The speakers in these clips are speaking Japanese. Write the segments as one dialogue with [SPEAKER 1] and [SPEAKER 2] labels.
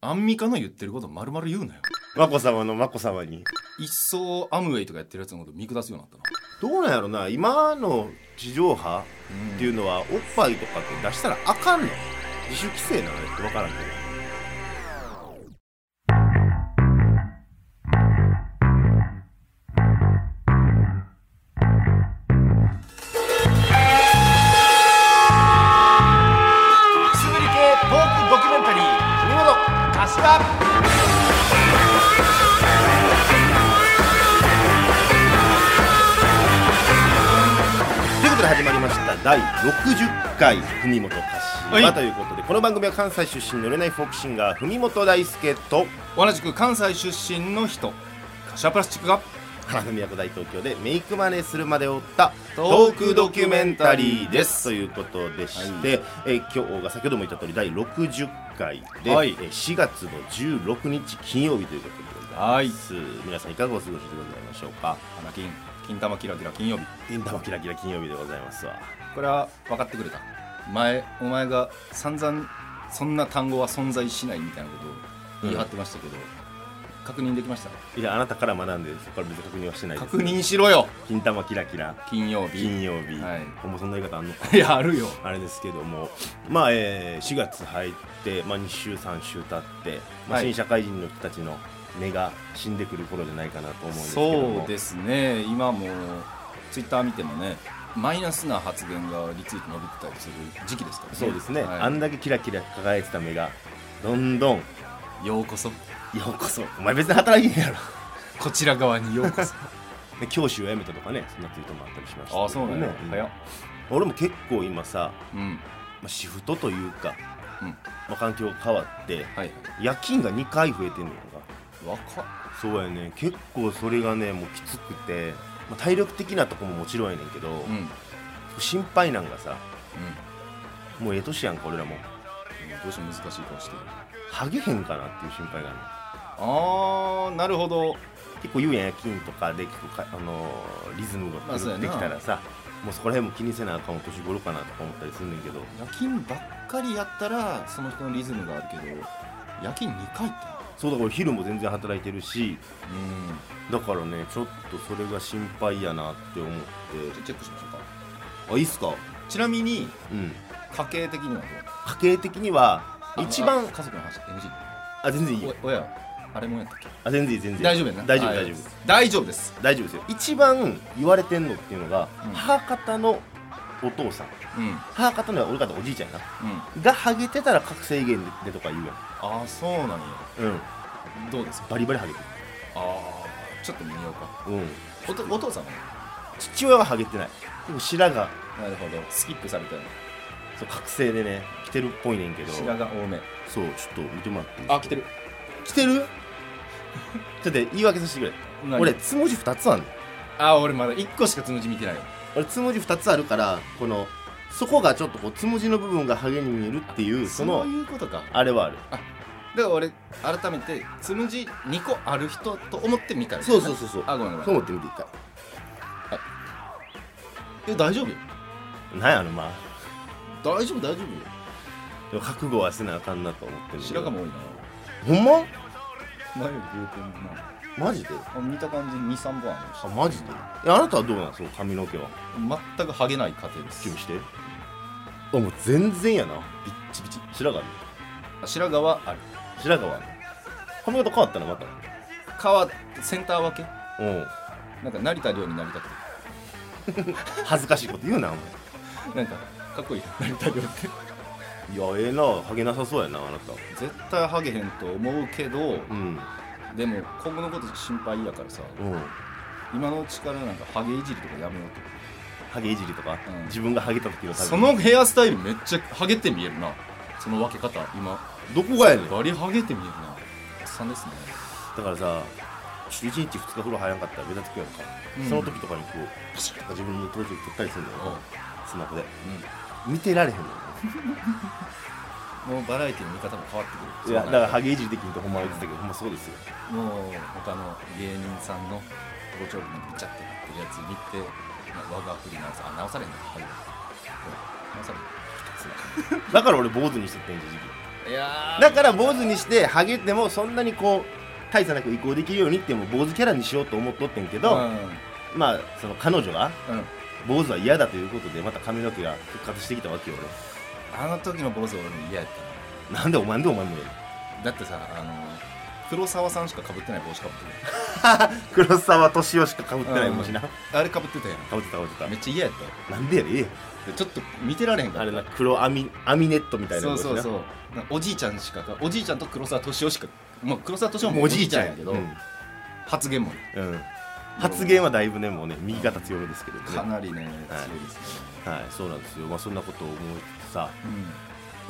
[SPEAKER 1] アンミカの言ってること丸々言うなよ
[SPEAKER 2] 眞子様の眞子様に
[SPEAKER 1] 一層アムウェイとかやってるやつのこと見下すようになったな
[SPEAKER 2] どうなんやろな今の地上波っていうのはおっぱいとかって出したらあかんねん自主規制なのって分からんけど
[SPEAKER 3] くすぶり系トークドキュメンタリー
[SPEAKER 2] 君ほ
[SPEAKER 3] 柏
[SPEAKER 2] どということで始まりました第60回文元
[SPEAKER 1] は
[SPEAKER 2] 柏、
[SPEAKER 1] い
[SPEAKER 2] ということでこの番組は関西出身の売れないフォークシンガー文元大輔と
[SPEAKER 1] 同じく関西出身の人柏プラスチックが
[SPEAKER 2] 花文都大東京でメイクマネするまで追った
[SPEAKER 1] ト
[SPEAKER 2] ト
[SPEAKER 1] ー
[SPEAKER 2] ー
[SPEAKER 1] ク
[SPEAKER 2] ク
[SPEAKER 1] ド
[SPEAKER 2] ド
[SPEAKER 1] キ
[SPEAKER 2] キ
[SPEAKER 1] ュ
[SPEAKER 2] ュ
[SPEAKER 1] メ
[SPEAKER 2] メ
[SPEAKER 1] ン
[SPEAKER 2] ン
[SPEAKER 1] タ
[SPEAKER 2] タ
[SPEAKER 1] リ
[SPEAKER 2] リ
[SPEAKER 1] ー
[SPEAKER 2] ー
[SPEAKER 1] で
[SPEAKER 2] ですすということでして、えー今日が先ほども言った通り第60回で、
[SPEAKER 1] はい
[SPEAKER 2] えー4月の16日金曜日ということでございます、皆さんいかがお過ごしでございましょうか
[SPEAKER 1] 花金金玉キラキラ金曜日
[SPEAKER 2] 銀玉キラキラ金曜日でございますわ
[SPEAKER 1] これは分かってくれた前お前が散々そんな単語は存在しないみたいなことを言い張ってましたけど、確認できました
[SPEAKER 2] いやあなたから学んでそこから別に確認はしてないです
[SPEAKER 1] 確認しろよ
[SPEAKER 2] 銀玉キラキラ
[SPEAKER 1] 金曜日
[SPEAKER 2] 金曜日、
[SPEAKER 1] はい
[SPEAKER 2] ほんまそんな言い方あんのか
[SPEAKER 1] い やあるよ
[SPEAKER 2] あれですけども、まあえー4月入って、まあ、2週、3週経って、まあ、
[SPEAKER 1] はい
[SPEAKER 2] 新社会人の人たちの根が死んでくる頃じゃないかなと思うんですけども
[SPEAKER 1] そうですね今もツイッター見てもねマイナスな発言がリツイート伸びてたりする時期ですからね
[SPEAKER 2] そうですね、
[SPEAKER 1] はい
[SPEAKER 2] あんだけキラキラ輝いてた目がどんどんよ
[SPEAKER 1] ようこそう
[SPEAKER 2] こそお前別に働いてんやろ
[SPEAKER 1] こちら側にようこそ
[SPEAKER 2] で教師を辞めたとかねそんなツイートもあったりしましたけど
[SPEAKER 1] ああそうなんや、早っ
[SPEAKER 2] 俺も結構今さ、
[SPEAKER 1] うん
[SPEAKER 2] まあ、シフトというか、
[SPEAKER 1] うん
[SPEAKER 2] まあ、環境が変わって
[SPEAKER 1] はい
[SPEAKER 2] 夜勤が2回増えてんねんか
[SPEAKER 1] 若っ
[SPEAKER 2] そうやね結構それがねもうきつくて、まあ体力的なとこももちろんやねんけど、
[SPEAKER 1] うんうん
[SPEAKER 2] 心配なんがさもうええ年やんか俺らも
[SPEAKER 1] どうしても難しい顔してる
[SPEAKER 2] ハゲへんかなっていう心配があ
[SPEAKER 1] ああなるほど
[SPEAKER 2] る結構言うやん夜勤とかで結構か、あのーリズム
[SPEAKER 1] まあ
[SPEAKER 2] が
[SPEAKER 1] そうや
[SPEAKER 2] 狂
[SPEAKER 1] な
[SPEAKER 2] ってきたらさ、もうそこら辺も気にせなあかんお年頃かなとか思ったりすんねんけど
[SPEAKER 1] 夜勤ばっかりやったらその人のリズムがあるけど夜勤2回って
[SPEAKER 2] そうだから昼も全然働いてるし
[SPEAKER 1] うん
[SPEAKER 2] だからねちょっとそれが心配やなって思っ
[SPEAKER 1] じゃあチェックしましょうか
[SPEAKER 2] てあいいっすか
[SPEAKER 1] ちなみに
[SPEAKER 2] うん
[SPEAKER 1] 家計的にはど
[SPEAKER 2] 家計的には
[SPEAKER 1] う
[SPEAKER 2] 一番
[SPEAKER 1] あ家族の話 NG
[SPEAKER 2] あ全然いいよ
[SPEAKER 1] お親あれもやったっけ
[SPEAKER 2] あ全然いい全然いい
[SPEAKER 1] 大丈夫やんな
[SPEAKER 2] 大丈夫
[SPEAKER 1] はい
[SPEAKER 2] 大丈夫
[SPEAKER 1] 大丈夫です
[SPEAKER 2] 大丈夫ですよ一番言われてんのっていうのが、
[SPEAKER 1] うん
[SPEAKER 2] 母方のお父さん
[SPEAKER 1] うんうん
[SPEAKER 2] 母方の俺方おじいちゃんやながハゲてたら覚醒源でとか言うや
[SPEAKER 1] ああそうなんや
[SPEAKER 2] んうん
[SPEAKER 1] どうですか
[SPEAKER 2] バリバリハゲて
[SPEAKER 1] ああちょっと見ようか
[SPEAKER 2] るうん
[SPEAKER 1] おとお父さんはね
[SPEAKER 2] 父親はハゲてないでも白が
[SPEAKER 1] なるほどスキップされたよね
[SPEAKER 2] そう覚醒でね来てるっぽいねんけどそうちょ
[SPEAKER 1] 白が多め
[SPEAKER 2] っと見てもらっていい
[SPEAKER 1] あ来てる
[SPEAKER 2] 来てるちょっと言い訳させてくれ
[SPEAKER 1] 何
[SPEAKER 2] 俺つ文字2つあんの
[SPEAKER 1] あー俺まだ1個しかつむじ見てないよ
[SPEAKER 2] 俺つ文字2つあるからこのそこがちょっとこうつむじの部分がハゲに見えるっていうその
[SPEAKER 1] そういうことかだか
[SPEAKER 2] あれはある
[SPEAKER 1] ら俺改めてつむじ2個ある人と思って見たら
[SPEAKER 2] そうそうそうそう
[SPEAKER 1] あごめんご
[SPEAKER 2] そ
[SPEAKER 1] め
[SPEAKER 2] うん思ってみていいか
[SPEAKER 1] え大丈夫よ
[SPEAKER 2] なんやろまあ
[SPEAKER 1] 大丈夫大丈夫よ
[SPEAKER 2] でも覚悟はせなあかんなと思ってる
[SPEAKER 1] 白髪も多い
[SPEAKER 2] ほんま
[SPEAKER 1] な前より増えてんな
[SPEAKER 2] マジで
[SPEAKER 1] あ見た感じ23本ある
[SPEAKER 2] あマジでえあなたはどうなんその髪の毛は
[SPEAKER 1] し全くハゲない家庭です
[SPEAKER 2] 準備してあもう全然やなビッチビチ白髪
[SPEAKER 1] あ白髪はある
[SPEAKER 2] 白髪は髪型変わったのまた
[SPEAKER 1] 川センター分け
[SPEAKER 2] うん
[SPEAKER 1] なんか成田凌になりたく
[SPEAKER 2] 恥ずかしいこと言うなお
[SPEAKER 1] てなんかかっこいい成田凌って
[SPEAKER 2] 前いやええなハゲなさそうやなあなた
[SPEAKER 1] 絶対ハゲへんと思うけど
[SPEAKER 2] うん
[SPEAKER 1] でも今後のこと心配やからさ
[SPEAKER 2] うん
[SPEAKER 1] 今のうちからなんかハゲいじりとかやめようと
[SPEAKER 2] ハゲいじりとか、
[SPEAKER 1] うん
[SPEAKER 2] 自分がハゲた時のために
[SPEAKER 1] そのヘアスタイルめっちゃハゲて見えるなその分け方今
[SPEAKER 2] どこがやねんだ
[SPEAKER 1] バリハゲて見えるなおっさんですね
[SPEAKER 2] からさちょっと1日2日風呂入らんかったらベタつくやんか、
[SPEAKER 1] うん
[SPEAKER 2] その時とかにこうパシッとか自分の登場撮ったりするんだよ
[SPEAKER 1] おう
[SPEAKER 2] スマホで見てられへんのよ
[SPEAKER 1] うんもうバラエティの見方も変わってく
[SPEAKER 2] い
[SPEAKER 1] る
[SPEAKER 2] やだからハ
[SPEAKER 1] ゲ
[SPEAKER 2] ゲいじりできんとほんま言ってたけどほんまそうですよ
[SPEAKER 1] もう他の芸人さんのご長に見ちゃってなってるやつ見て、まあ、我が振り直すあ直されんのハゲほら直されん
[SPEAKER 2] だから俺坊主にしとってんじゃん時期
[SPEAKER 1] いやー
[SPEAKER 2] だから坊主にしてハゲてもそんなにこう大差なく移行できるようにってもう坊主キャラにしようと思っとってんけど、
[SPEAKER 1] うん
[SPEAKER 2] まあその彼女が
[SPEAKER 1] うん、
[SPEAKER 2] 坊主は嫌だということでまた髪の毛が復活してきたわけよ
[SPEAKER 1] あの時の坊主は俺も嫌やったな
[SPEAKER 2] 俺なんでお前んでお前もやる
[SPEAKER 1] だってさあの黒沢さんしか被ってない帽子被ってる
[SPEAKER 2] 黒沢敏夫しかかぶってないもんしなか
[SPEAKER 1] やんあれ被ってたやん
[SPEAKER 2] ぶってたかぶって
[SPEAKER 1] めっちゃ嫌やったよ
[SPEAKER 2] たなんでやねんええや
[SPEAKER 1] でちょっと見てられへん
[SPEAKER 2] ん
[SPEAKER 1] か
[SPEAKER 2] あ
[SPEAKER 1] ら
[SPEAKER 2] れな黒網網ネットみたいな
[SPEAKER 1] そう
[SPEAKER 2] も
[SPEAKER 1] ん
[SPEAKER 2] しな
[SPEAKER 1] そうそうおじいちゃんしかかおじいちゃんと黒沢敏夫しかもう黒沢敏夫
[SPEAKER 2] も
[SPEAKER 1] も
[SPEAKER 2] う
[SPEAKER 1] お
[SPEAKER 2] お
[SPEAKER 1] じ
[SPEAKER 2] じ
[SPEAKER 1] い
[SPEAKER 2] い
[SPEAKER 1] ちゃ
[SPEAKER 2] ちゃ
[SPEAKER 1] ん
[SPEAKER 2] ん
[SPEAKER 1] や
[SPEAKER 2] や
[SPEAKER 1] け
[SPEAKER 2] け
[SPEAKER 1] ど、
[SPEAKER 2] ど、
[SPEAKER 1] 発言も
[SPEAKER 2] うん発言はだいぶねもうね右肩強めですけどね
[SPEAKER 1] かなりね
[SPEAKER 2] はい
[SPEAKER 1] 強いですね、
[SPEAKER 2] はいそうなんですよまあそんなことを思いつつさ
[SPEAKER 1] う
[SPEAKER 2] や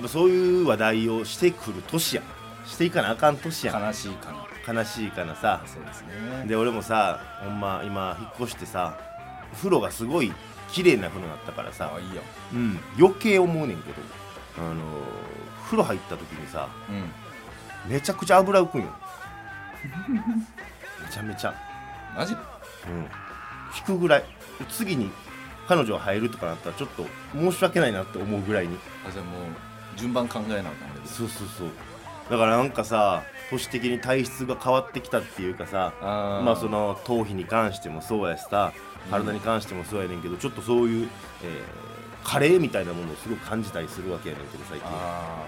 [SPEAKER 2] っぱそういう話題をしてくる年やしていかなあかん年やん
[SPEAKER 1] ん悲しいかな
[SPEAKER 2] 悲しいからさ
[SPEAKER 1] そうですね
[SPEAKER 2] で俺もさほんま今引っ越してさ風呂がすごい綺麗な風呂になったからさ
[SPEAKER 1] あ、いいよ
[SPEAKER 2] うん、余計思うねんけどあのー風呂入った時にさ
[SPEAKER 1] うん
[SPEAKER 2] めちゃくちゃ油浮くん よめちゃめちゃ
[SPEAKER 1] マジ
[SPEAKER 2] うん引くぐらい次に彼女が入るとかなったらちょっと申し訳ないなって思うぐらいに
[SPEAKER 1] あじゃあもう順番考えなあかんけど
[SPEAKER 2] そうそうそうだからなんかさ都市的に体質が変わってきたっていうかさ
[SPEAKER 1] あー
[SPEAKER 2] まあその頭皮に関してもそうやしさ体に関してもそうやねんけど、ちょっとそういう、えー、カレーみたいなものをすごく感じたりするわけやねんけど最近
[SPEAKER 1] あ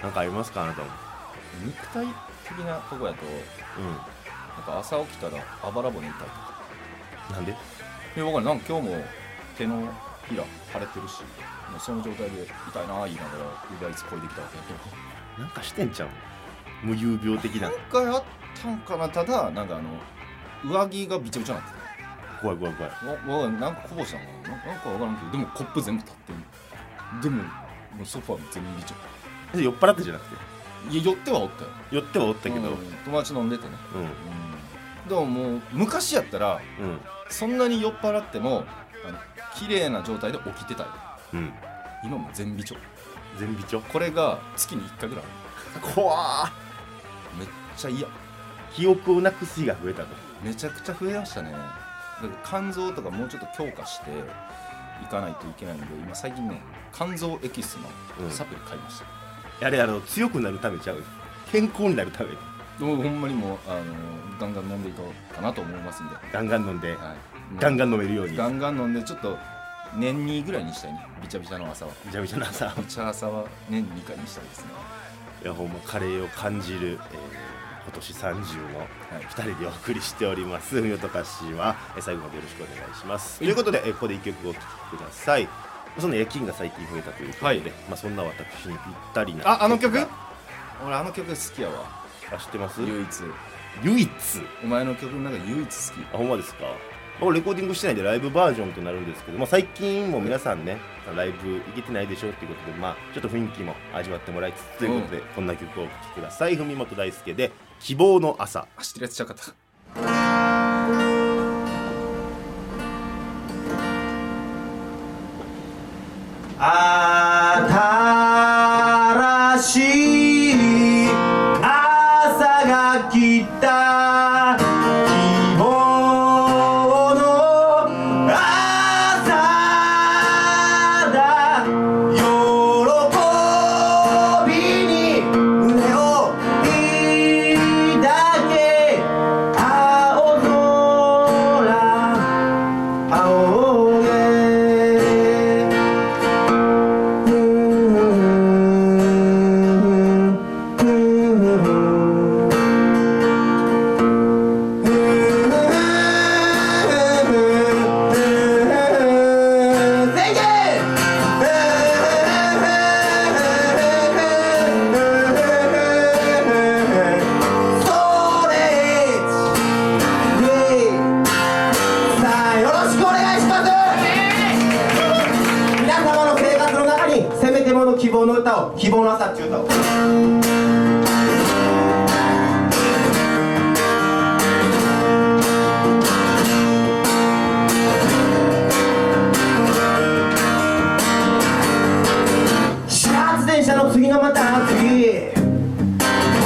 [SPEAKER 2] なんかありますかあなたも
[SPEAKER 1] ー肉体的なとこやとなんか朝起きたらあばら骨痛いとか
[SPEAKER 2] うんなんで
[SPEAKER 1] いやわかんないなんか今日も手のひら腫れてるしもうその状態で痛いなあ言いながらウーバーイーツこいできたわけやけど
[SPEAKER 2] なんかしてんちゃう無遊病的 な
[SPEAKER 1] 何回あったんかなただなんかあの上着がびちゃびちゃになって
[SPEAKER 2] 怖い怖い怖い
[SPEAKER 1] たわわかんないなんかこぼしたのかななんなんかわからんけどでもコップ全部立ってんでももうソファー全部びちゃ
[SPEAKER 2] で酔っ払ってじゃなく
[SPEAKER 1] ういや寄ってはおったよ
[SPEAKER 2] て酔ってはおったけどうん
[SPEAKER 1] うん友達飲んでてねうんでももう昔やったら
[SPEAKER 2] うん
[SPEAKER 1] そんなに酔っ払ってもあの綺麗な状態で起きてたよ
[SPEAKER 2] うん
[SPEAKER 1] 今もう全微調
[SPEAKER 2] 全美調
[SPEAKER 1] これが月に1回ぐらいある
[SPEAKER 2] 怖ー
[SPEAKER 1] めっちゃ嫌
[SPEAKER 2] 記憶をなくす日が増えたと
[SPEAKER 1] めちゃくちゃ増えましたねだから肝臓とかもうちょっと強化していかないといけないので今最近ね肝臓エキス
[SPEAKER 2] う
[SPEAKER 1] の
[SPEAKER 2] ん
[SPEAKER 1] サプリ買いました、
[SPEAKER 2] あれあの強くなるためちゃう健康になるため
[SPEAKER 1] もうほんまにもうあのガンガン飲んでいこうかなと思いますんで、は
[SPEAKER 2] ガンガン飲んで
[SPEAKER 1] い、
[SPEAKER 2] ガン
[SPEAKER 1] ガ
[SPEAKER 2] ガン飲めるように
[SPEAKER 1] ガンガン飲んでちょっと年にぐらいにしたいねびちゃびちゃの朝は
[SPEAKER 2] びちゃびちゃなさ
[SPEAKER 1] びちゃ朝は年2回にしたいですね
[SPEAKER 2] いやほんまカレーを感じる、えー今年30の
[SPEAKER 1] はい
[SPEAKER 2] 2人でお送りしております「ふよとかしは」えー最後までよろしくお願いしますということで、えーここで1曲お聴きくださいその夜勤が最近増えたということで、
[SPEAKER 1] はい
[SPEAKER 2] まあ、そんな私にぴったりな
[SPEAKER 1] ああの曲
[SPEAKER 2] が
[SPEAKER 1] 俺あの曲好きやわ
[SPEAKER 2] あ知ってます
[SPEAKER 1] 唯一
[SPEAKER 2] 唯一
[SPEAKER 1] お前の曲の中で唯一好き
[SPEAKER 2] あほんまですかもうレコーディングしてないんでライブバージョンとなるんですけど、まあ、最近も皆さんねライブ行けてないでしょうっていうことで、まあ、ちょっと雰囲気も味わってもらいつつということで、こんな曲をお聴きください文元大輔で「希望の朝」
[SPEAKER 1] 走ってるやつちゃうかった
[SPEAKER 3] 新しい朝が来た希望の朝だ喜びに胸を抱け青空青げよろしくお願いします皆様の生活の中にせめてもの希望の歌を希望の朝っていう歌を始発電車の次のまた次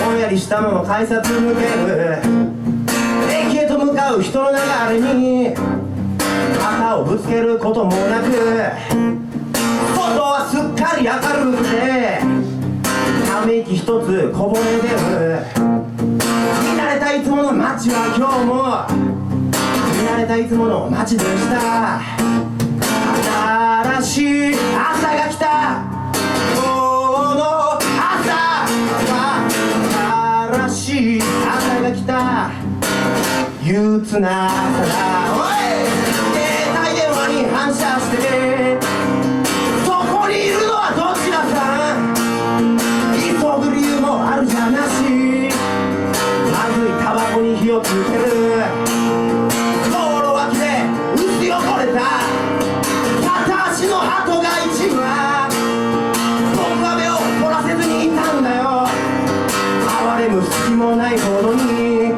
[SPEAKER 3] ぼんやりしたまま改札抜ける駅へと向かう人の流れに肩をぶつけることもなく外はすっかり明るくてため息一つこぼれ出る見慣れたいつもの街は今日も見慣れたいつもの街でした新しい朝が来た今日の朝は新しい朝が来た憂鬱な朝だおい携帯電話に反射してそこにいるのはどちらさん急ぐ理由もあるじゃなしまずいタバコに火をつける道路脇で薄汚れた片足の跡が一枚僕は目を凝らせずにいたんだよ哀れむ隙もないほどに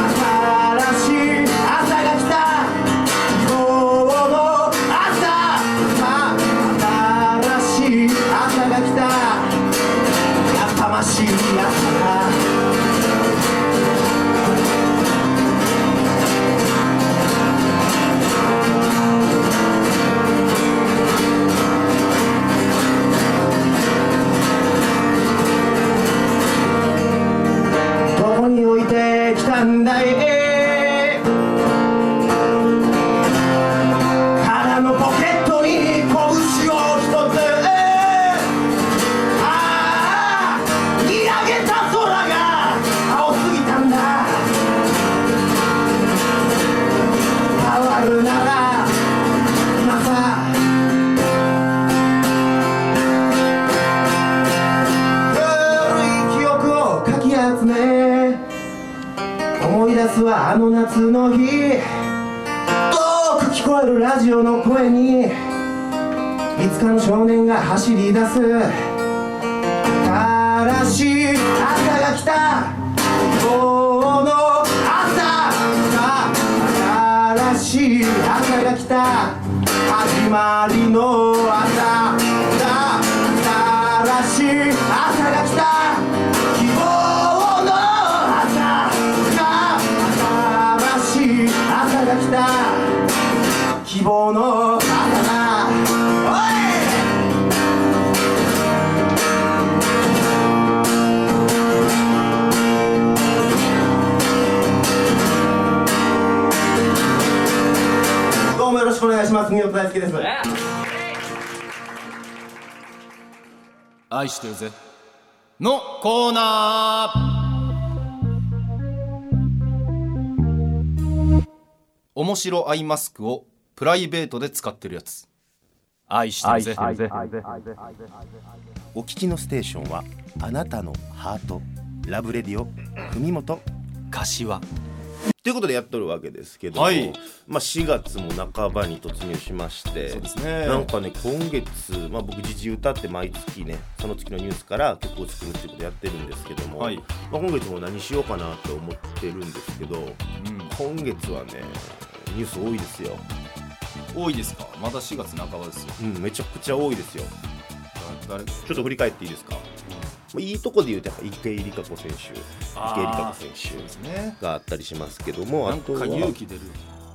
[SPEAKER 3] 新しい朝が来た今日の朝さあ新しい朝が来たやかましい朝だどこに置いてきたんだい腹のポケットに拳を一つああ見上げた空が青すぎたんだ変わるなら今さ古い記憶をかき集め思い出すはあの夏の日遠く聞こえるラジオの声にいつかの少年が走り出す新しい朝が来た今日の朝さ新しい朝が来た始まりの朝だ新しい朝が来た希望の朝が新しい朝が来た希望の朝だおいどうもよろしくお願いします。三本大輔です。
[SPEAKER 1] 愛してるぜのコーナー面白アイマスクをプライベートで使ってるやつ愛してるぜ
[SPEAKER 2] お聞きのステーションはあなたのハートラブレディオ文元
[SPEAKER 1] 柏
[SPEAKER 2] ということでやっとるわけですけども、
[SPEAKER 1] はい
[SPEAKER 2] まあ、4月も半ばに突入しまして
[SPEAKER 1] そうですね
[SPEAKER 2] なんかね今月、まあ、僕時事歌って毎月ねその月のニュースから曲を作るっていうことやってるんですけども、
[SPEAKER 1] はい
[SPEAKER 2] まあ、今月も何しようかなと思ってるんですけど今月はねニュース多いですよ、
[SPEAKER 1] うん、多いですかまだ4月半ばですよ
[SPEAKER 2] うん、めちゃくちゃ多いですよ
[SPEAKER 1] だ誰
[SPEAKER 2] ちょっと振り返っていいですか、まあいいとこで言うとやっぱ池江璃花子選手池
[SPEAKER 1] あー
[SPEAKER 2] 江璃花子選
[SPEAKER 1] そうです
[SPEAKER 2] 手
[SPEAKER 1] ね
[SPEAKER 2] があったりしますけども
[SPEAKER 1] な
[SPEAKER 2] あ
[SPEAKER 1] ん
[SPEAKER 2] とは
[SPEAKER 1] か勇気出る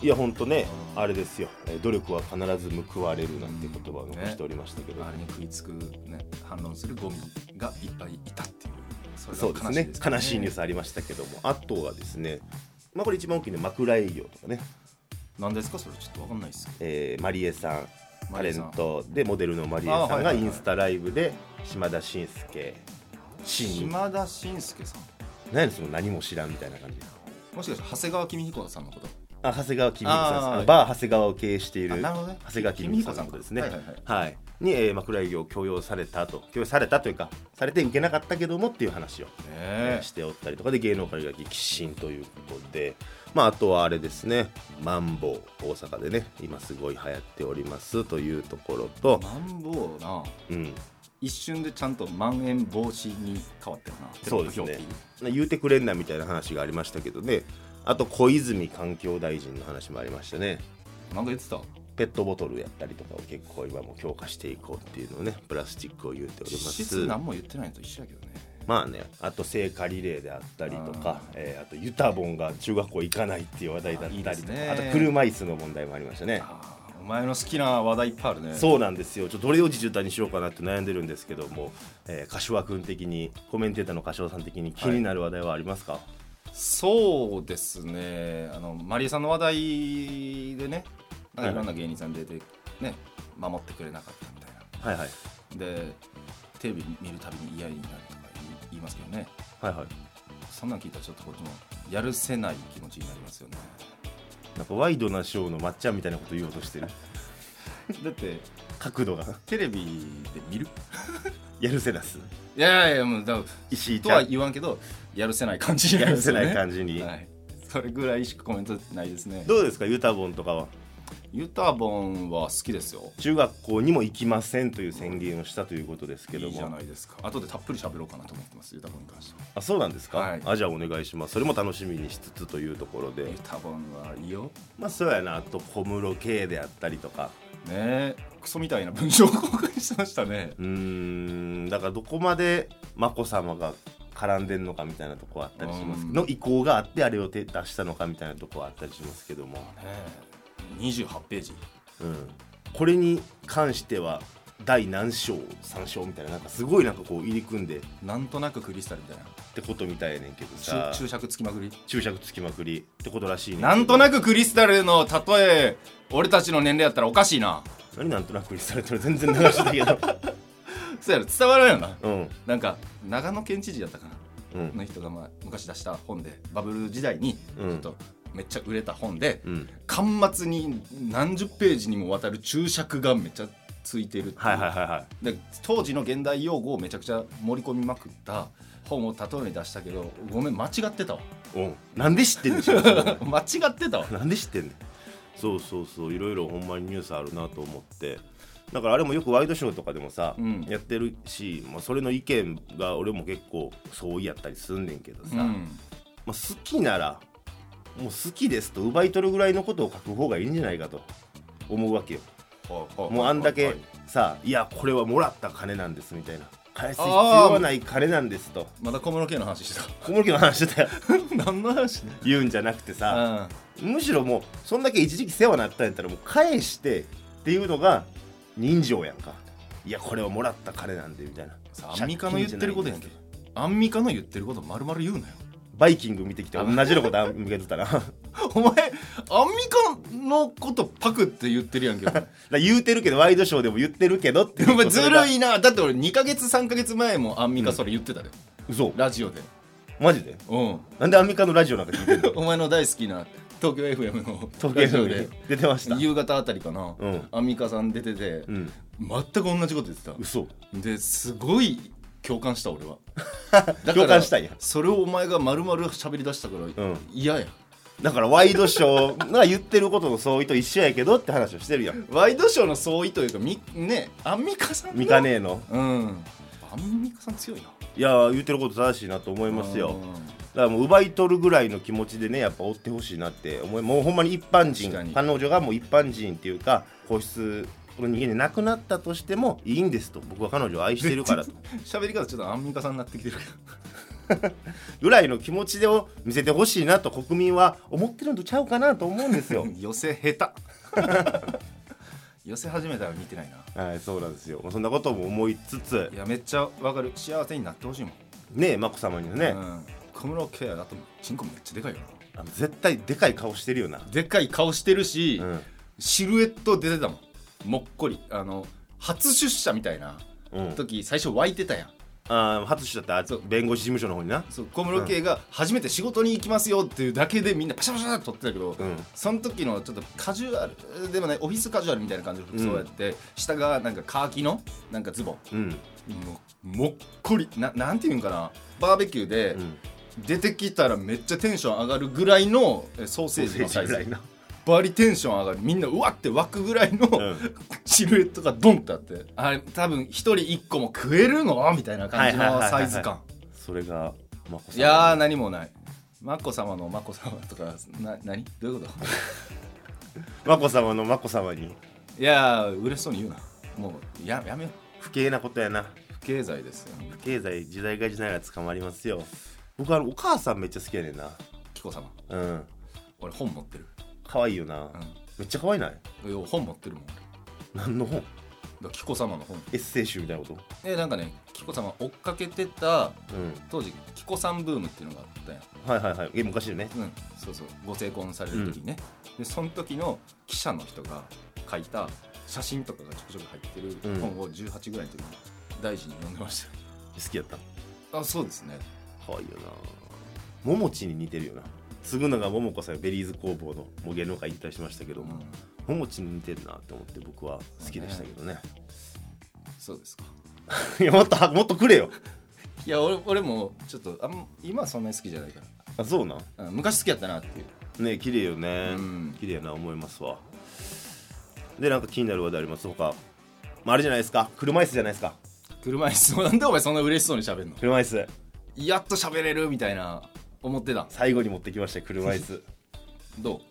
[SPEAKER 2] いや本当ねあれですよえー努力は必ず報われるなんて言葉を残しておりましたけど、
[SPEAKER 1] あれに食いつく、ね、反論するゴミがいっぱいいたっていうそれが
[SPEAKER 2] そうですね
[SPEAKER 1] から
[SPEAKER 2] 悲しいニュースありましたけどもあとはですねまあこれ一番大きいのは枕営業とかね、
[SPEAKER 1] 何ですかそれちょっとわかんないですけ
[SPEAKER 2] えーマリエさんタ
[SPEAKER 1] マリ
[SPEAKER 2] レ
[SPEAKER 1] エさん
[SPEAKER 2] ントでモデルのマリエさ
[SPEAKER 1] あは
[SPEAKER 2] ん
[SPEAKER 1] い
[SPEAKER 2] が
[SPEAKER 1] はいは
[SPEAKER 2] イ
[SPEAKER 1] い
[SPEAKER 2] ンスタライブで島田紳介
[SPEAKER 1] ど
[SPEAKER 2] 真
[SPEAKER 1] 島田紳介さん
[SPEAKER 2] 何やねんその何も知らんみたいな感じ
[SPEAKER 1] もしかして長谷川公彦さんのこと
[SPEAKER 2] あ長谷川公彦さ
[SPEAKER 1] あ
[SPEAKER 2] んです
[SPEAKER 1] ー
[SPEAKER 2] あ
[SPEAKER 1] は
[SPEAKER 2] の
[SPEAKER 1] い
[SPEAKER 2] バー長谷川を経営している
[SPEAKER 1] あなるほどね
[SPEAKER 2] 長谷川公彦さんのことですね
[SPEAKER 1] 公彦さん
[SPEAKER 2] はい、に、えー枕営業を強要されたと強要されたというかされて受けなかったけどもっていう話を
[SPEAKER 1] ね
[SPEAKER 2] え
[SPEAKER 1] え
[SPEAKER 2] ーしておったりとかで芸能界が激震ということで、まあ、あとはあれですねマンボウ大阪でね今すごい流行っておりますというところと、
[SPEAKER 1] マンボウな
[SPEAKER 2] うん、
[SPEAKER 1] 一瞬でちゃんとまん延防止に変わったよな
[SPEAKER 2] そうですね
[SPEAKER 1] テロップ表記
[SPEAKER 2] 言うてくれんなみたいな話がありましたけどねあと小泉環境大臣の話もありましたね
[SPEAKER 1] なんか言ってた
[SPEAKER 2] ペットボトルやったりとかを結構今も強化していこうっていうのをねプラスチックを言うておりま
[SPEAKER 1] 実
[SPEAKER 2] す
[SPEAKER 1] 質何も言ってないのと一緒やけどね
[SPEAKER 2] まあね、あと聖火リレーであったりとか、えーあとユタボンが中学校行かないっていう話題だったりとか
[SPEAKER 1] あいいですね
[SPEAKER 2] あと車椅子の問題もありましたね
[SPEAKER 1] あーお前の好きな話題いっぱいあるね
[SPEAKER 2] そうなんですよちょっとどれを自重体にしようかなって悩んでるんですけども、えー、柏君的にコメンテーターの柏さん的に気になる話題はありますか、
[SPEAKER 1] そうですねあのマリエさんの話題でねなんか
[SPEAKER 2] はい
[SPEAKER 1] いろんな芸人さん出てね守ってくれなかったみたいな
[SPEAKER 2] はい、はい
[SPEAKER 1] でテレビ見るたびに嫌になるとか言い言いますけどね
[SPEAKER 2] はいはい
[SPEAKER 1] そんなん聞いたらちょっとこっちもやるせない気持ちになります よね
[SPEAKER 2] なんかワイドなショーのまっちゃんみたいなこと言おうとしてる
[SPEAKER 1] だって
[SPEAKER 2] 角度が
[SPEAKER 1] テレビで見る
[SPEAKER 2] やるせなす
[SPEAKER 1] いやいやいやもうだ
[SPEAKER 2] 石井
[SPEAKER 1] と
[SPEAKER 2] ちゃ
[SPEAKER 1] は
[SPEAKER 2] ん
[SPEAKER 1] 言わんけどやるせない感じになりま
[SPEAKER 2] やる
[SPEAKER 1] す
[SPEAKER 2] せ
[SPEAKER 1] よね
[SPEAKER 2] ない感じに、
[SPEAKER 1] はい、それぐらいしかコメントないですね
[SPEAKER 2] どうですかユタボンとかは
[SPEAKER 1] ユタボンは好きですよ
[SPEAKER 2] 中学校にも行きませんという宣言をしたということですけど
[SPEAKER 1] いいじゃ
[SPEAKER 2] も
[SPEAKER 1] ないですか後でたっぷり喋ろうかなと思ってますユタボンに関しては
[SPEAKER 2] あそうなんですか、
[SPEAKER 1] はい
[SPEAKER 2] あじゃあお願いしますそれも楽しみにしつつというところで
[SPEAKER 1] ユタボンはいいよ
[SPEAKER 2] まあそうやなあと小室圭であったりとか
[SPEAKER 1] ねえクソみたいな文章を公開してましたね
[SPEAKER 2] うーんだからどこまで眞子さまが絡んでんのかみたいなとこはあったりしますけどの意向があってあれを手出したのかみたいなとこはあったりしますけども、
[SPEAKER 1] ねえ28ページ
[SPEAKER 2] うん、これに関しては第何章3章みたいななんかすごいなんかこう入り組んでっ
[SPEAKER 1] なんとなくクリスタルみたい
[SPEAKER 2] てことみたいやねんけど
[SPEAKER 1] な
[SPEAKER 2] さ
[SPEAKER 1] 注注釈つきまくり
[SPEAKER 2] 注釈つきまくりってことらしいね
[SPEAKER 1] なんとな
[SPEAKER 2] く
[SPEAKER 1] くクリスタルの例え俺たちの年齢やったらおかしいな
[SPEAKER 2] 何なんとなくにされてる全然流してたけど
[SPEAKER 1] そうやろ伝わらんよな
[SPEAKER 2] うん
[SPEAKER 1] なんか長野県知事だったかな
[SPEAKER 2] うん
[SPEAKER 1] の人がまあ昔出した本でバブル時代にち
[SPEAKER 2] うん
[SPEAKER 1] ょっとめっちゃ売れた本で、
[SPEAKER 2] うん
[SPEAKER 1] 巻末に何十ページにもわたる注釈がめっちゃついてるっていう
[SPEAKER 2] はいはいはいは
[SPEAKER 1] で当時の現代用語をめちゃくちゃ盛り込みまくった本を例えに出したけどごめん間違ってたわ
[SPEAKER 2] いうんなんで知ってんでしょ
[SPEAKER 1] 間違ってたわ
[SPEAKER 2] なんで知ってんねんそうそうそういろいろほんまにニュースあるなと思ってだからあれもよくワイドショーとかでもさ、
[SPEAKER 1] うん
[SPEAKER 2] やってるし、まあ、それの意見が俺も結構相違やったりすんねんけど
[SPEAKER 1] う
[SPEAKER 2] さ、ま
[SPEAKER 1] ん
[SPEAKER 2] あ、好きならもう好きですと奪い取るぐらいのことを書く方がいいんじゃないかと思うわけよもうあんだけさいやこれはもらった金なんですみたいな返す必要はない金なんですと
[SPEAKER 1] まだ小室圭の話して
[SPEAKER 2] 小室家の話してたよ
[SPEAKER 1] た 何の話ね
[SPEAKER 2] 言うんじゃなくてさ、
[SPEAKER 1] あ
[SPEAKER 2] むしろもうそんだけ一時期世話になったんやったらもう返してっていうのが人情やんかいやこれをもらった金なんでみたいな
[SPEAKER 1] さアンミカの言ってることやんけアンミカの言ってること丸々言うなよ
[SPEAKER 2] バイキング見てきて同じようなこと向けてたな だか
[SPEAKER 1] お前アンミカのことパクって言 ってるやんけお前
[SPEAKER 2] ら言うてるけどワイドショーでも言ってるけどって
[SPEAKER 1] お前ずる
[SPEAKER 2] い
[SPEAKER 1] いなだって俺2か月3か月前もアンミカそれ言ってたで、
[SPEAKER 2] 嘘
[SPEAKER 1] ラジオで
[SPEAKER 2] マジで
[SPEAKER 1] うん
[SPEAKER 2] なんでアンミカのラジオなんか聞いてんの
[SPEAKER 1] お前の大好きな東京 FM の
[SPEAKER 2] 東
[SPEAKER 1] ラジ
[SPEAKER 2] 京
[SPEAKER 1] オ
[SPEAKER 2] の
[SPEAKER 1] で
[SPEAKER 2] に出てました
[SPEAKER 1] 夕方あたりかな、
[SPEAKER 2] うん
[SPEAKER 1] アンミカさん出てて、
[SPEAKER 2] うん
[SPEAKER 1] 全く同じこと言ってた
[SPEAKER 2] 嘘
[SPEAKER 1] ですごい共感した 俺はだ
[SPEAKER 2] 共感したんや
[SPEAKER 1] それをお前が丸々喋り出したから
[SPEAKER 2] ん
[SPEAKER 1] 嫌、や
[SPEAKER 2] だからワイドショーが言ってることの相違と一緒やけどって話をしてるやん
[SPEAKER 1] ワイドショーの相違というかみねアンミカさんの
[SPEAKER 2] ミカネーの
[SPEAKER 1] うんアンミカさん強いない
[SPEAKER 2] やー言ってること正しいなと思いますよ
[SPEAKER 1] うん
[SPEAKER 2] だからもう奪い取るぐらいの気持ちでねやっぱ追ってほしいなって思いもうほんまに一般人
[SPEAKER 1] 確かに
[SPEAKER 2] 彼女がもう一般人っていうか皇室の人間で亡くなったとしてもいいんですと僕は彼女を愛してるからと
[SPEAKER 1] 喋り方ちょっとアンミカさんになってきてるけど
[SPEAKER 2] ぐらいの気持ちでを見せてほしいなと国民は思ってるのとちゃうかなと思うんで すよ
[SPEAKER 1] 寄せ下手寄せ始めたら見てないな
[SPEAKER 2] はいそうなんですよ、まあ、そんなことも思いつつ
[SPEAKER 1] いやめっちゃわかる幸せになってほしいもん、
[SPEAKER 2] ねえ眞子さまにはね、
[SPEAKER 1] うん、小室圭だとチンコめっちゃでかいよな
[SPEAKER 2] あの絶対でかい顔してるよな、
[SPEAKER 1] でかい顔してるし、
[SPEAKER 2] うん
[SPEAKER 1] シルエット出てたもんもっこりあの初出社みたいな
[SPEAKER 2] うん、
[SPEAKER 1] 時最初湧いてたやん
[SPEAKER 2] あー初だった
[SPEAKER 1] そ
[SPEAKER 2] ら
[SPEAKER 1] う
[SPEAKER 2] 弁護士事務所の方にな
[SPEAKER 1] そう小室圭が初めて仕事に行きますよっていうだけでみんなパシャパシャって撮ってたけど、
[SPEAKER 2] ん
[SPEAKER 1] その時のちょっとカジュアルでもねオフィスカジュアルみたいな感じの服装やって、下がなんかカーキのなんかズボン
[SPEAKER 2] うん
[SPEAKER 1] ももっこりななんていうんかなバーベキューで
[SPEAKER 2] うん
[SPEAKER 1] 出てきたらめっちゃテンション上がるぐらいのえソーセージのサイズバリテンション上がるみんなうわって湧くぐらいの、
[SPEAKER 2] ん
[SPEAKER 1] シルエットがドンってあってあれ多分一人一個も食えるのみたいな感じ
[SPEAKER 2] はいは
[SPEAKER 1] の
[SPEAKER 2] いはいはい
[SPEAKER 1] サ
[SPEAKER 2] は
[SPEAKER 1] イ
[SPEAKER 2] い
[SPEAKER 1] ズ感
[SPEAKER 2] それが眞子さま
[SPEAKER 1] いやー何もない眞子様の眞子様とかな何どう いうこと
[SPEAKER 2] 眞子さまの眞子さまに
[SPEAKER 1] いやー嬉しそうに言うなもうややめよう
[SPEAKER 2] 不敬なことやな
[SPEAKER 1] 不経済ですよ
[SPEAKER 2] 不経済時代が時代なら捕まりますよ僕あのお母さんめっちゃ好きやねんな
[SPEAKER 1] 紀子様
[SPEAKER 2] うん
[SPEAKER 1] 俺本持ってる
[SPEAKER 2] 可愛いよな、
[SPEAKER 1] ん
[SPEAKER 2] めっちゃ可愛いない
[SPEAKER 1] いや本持ってるもん俺だか
[SPEAKER 2] 何の本
[SPEAKER 1] ら紀子様の本
[SPEAKER 2] エッセイ集みたいなこ
[SPEAKER 1] でなんかね紀子様追っかけてた
[SPEAKER 2] とうん
[SPEAKER 1] 当時紀子さんブームっていうのがあったやん
[SPEAKER 2] はいはいはいえ昔でね
[SPEAKER 1] うん、そうそうご成婚される時にね、でその時の記者の人が書いた写真とかがちょくちょく入って
[SPEAKER 2] うん
[SPEAKER 1] る本を18ぐらいの時に大事に読んでましたよ、
[SPEAKER 2] 好きやった
[SPEAKER 1] あそうですね
[SPEAKER 2] 可愛いよなももちに似てるよな嗣永桃子さんがベリーズ工房のもう芸能界引退しましたけど、
[SPEAKER 1] うん
[SPEAKER 2] ももちに似てるなって思って僕は好きでしたけどね
[SPEAKER 1] そうですか
[SPEAKER 2] いやもっとはもっとくれよ
[SPEAKER 1] いや俺俺もちょっとあん今はそんなに好きじゃないか
[SPEAKER 2] あそうなん
[SPEAKER 1] ら、うん昔好きやったなっていう
[SPEAKER 2] ね綺麗よね、
[SPEAKER 1] うん
[SPEAKER 2] 綺麗やな思いますわでなんか気になる話題あります他、まあ、あれじゃないですか車椅子じゃないですか
[SPEAKER 1] 車椅子なんでお前そんな嬉しそうに喋るの
[SPEAKER 2] 車椅子
[SPEAKER 1] やっと喋れるみたいな思ってた
[SPEAKER 2] 最後に持ってきましたよ車椅 子
[SPEAKER 1] ど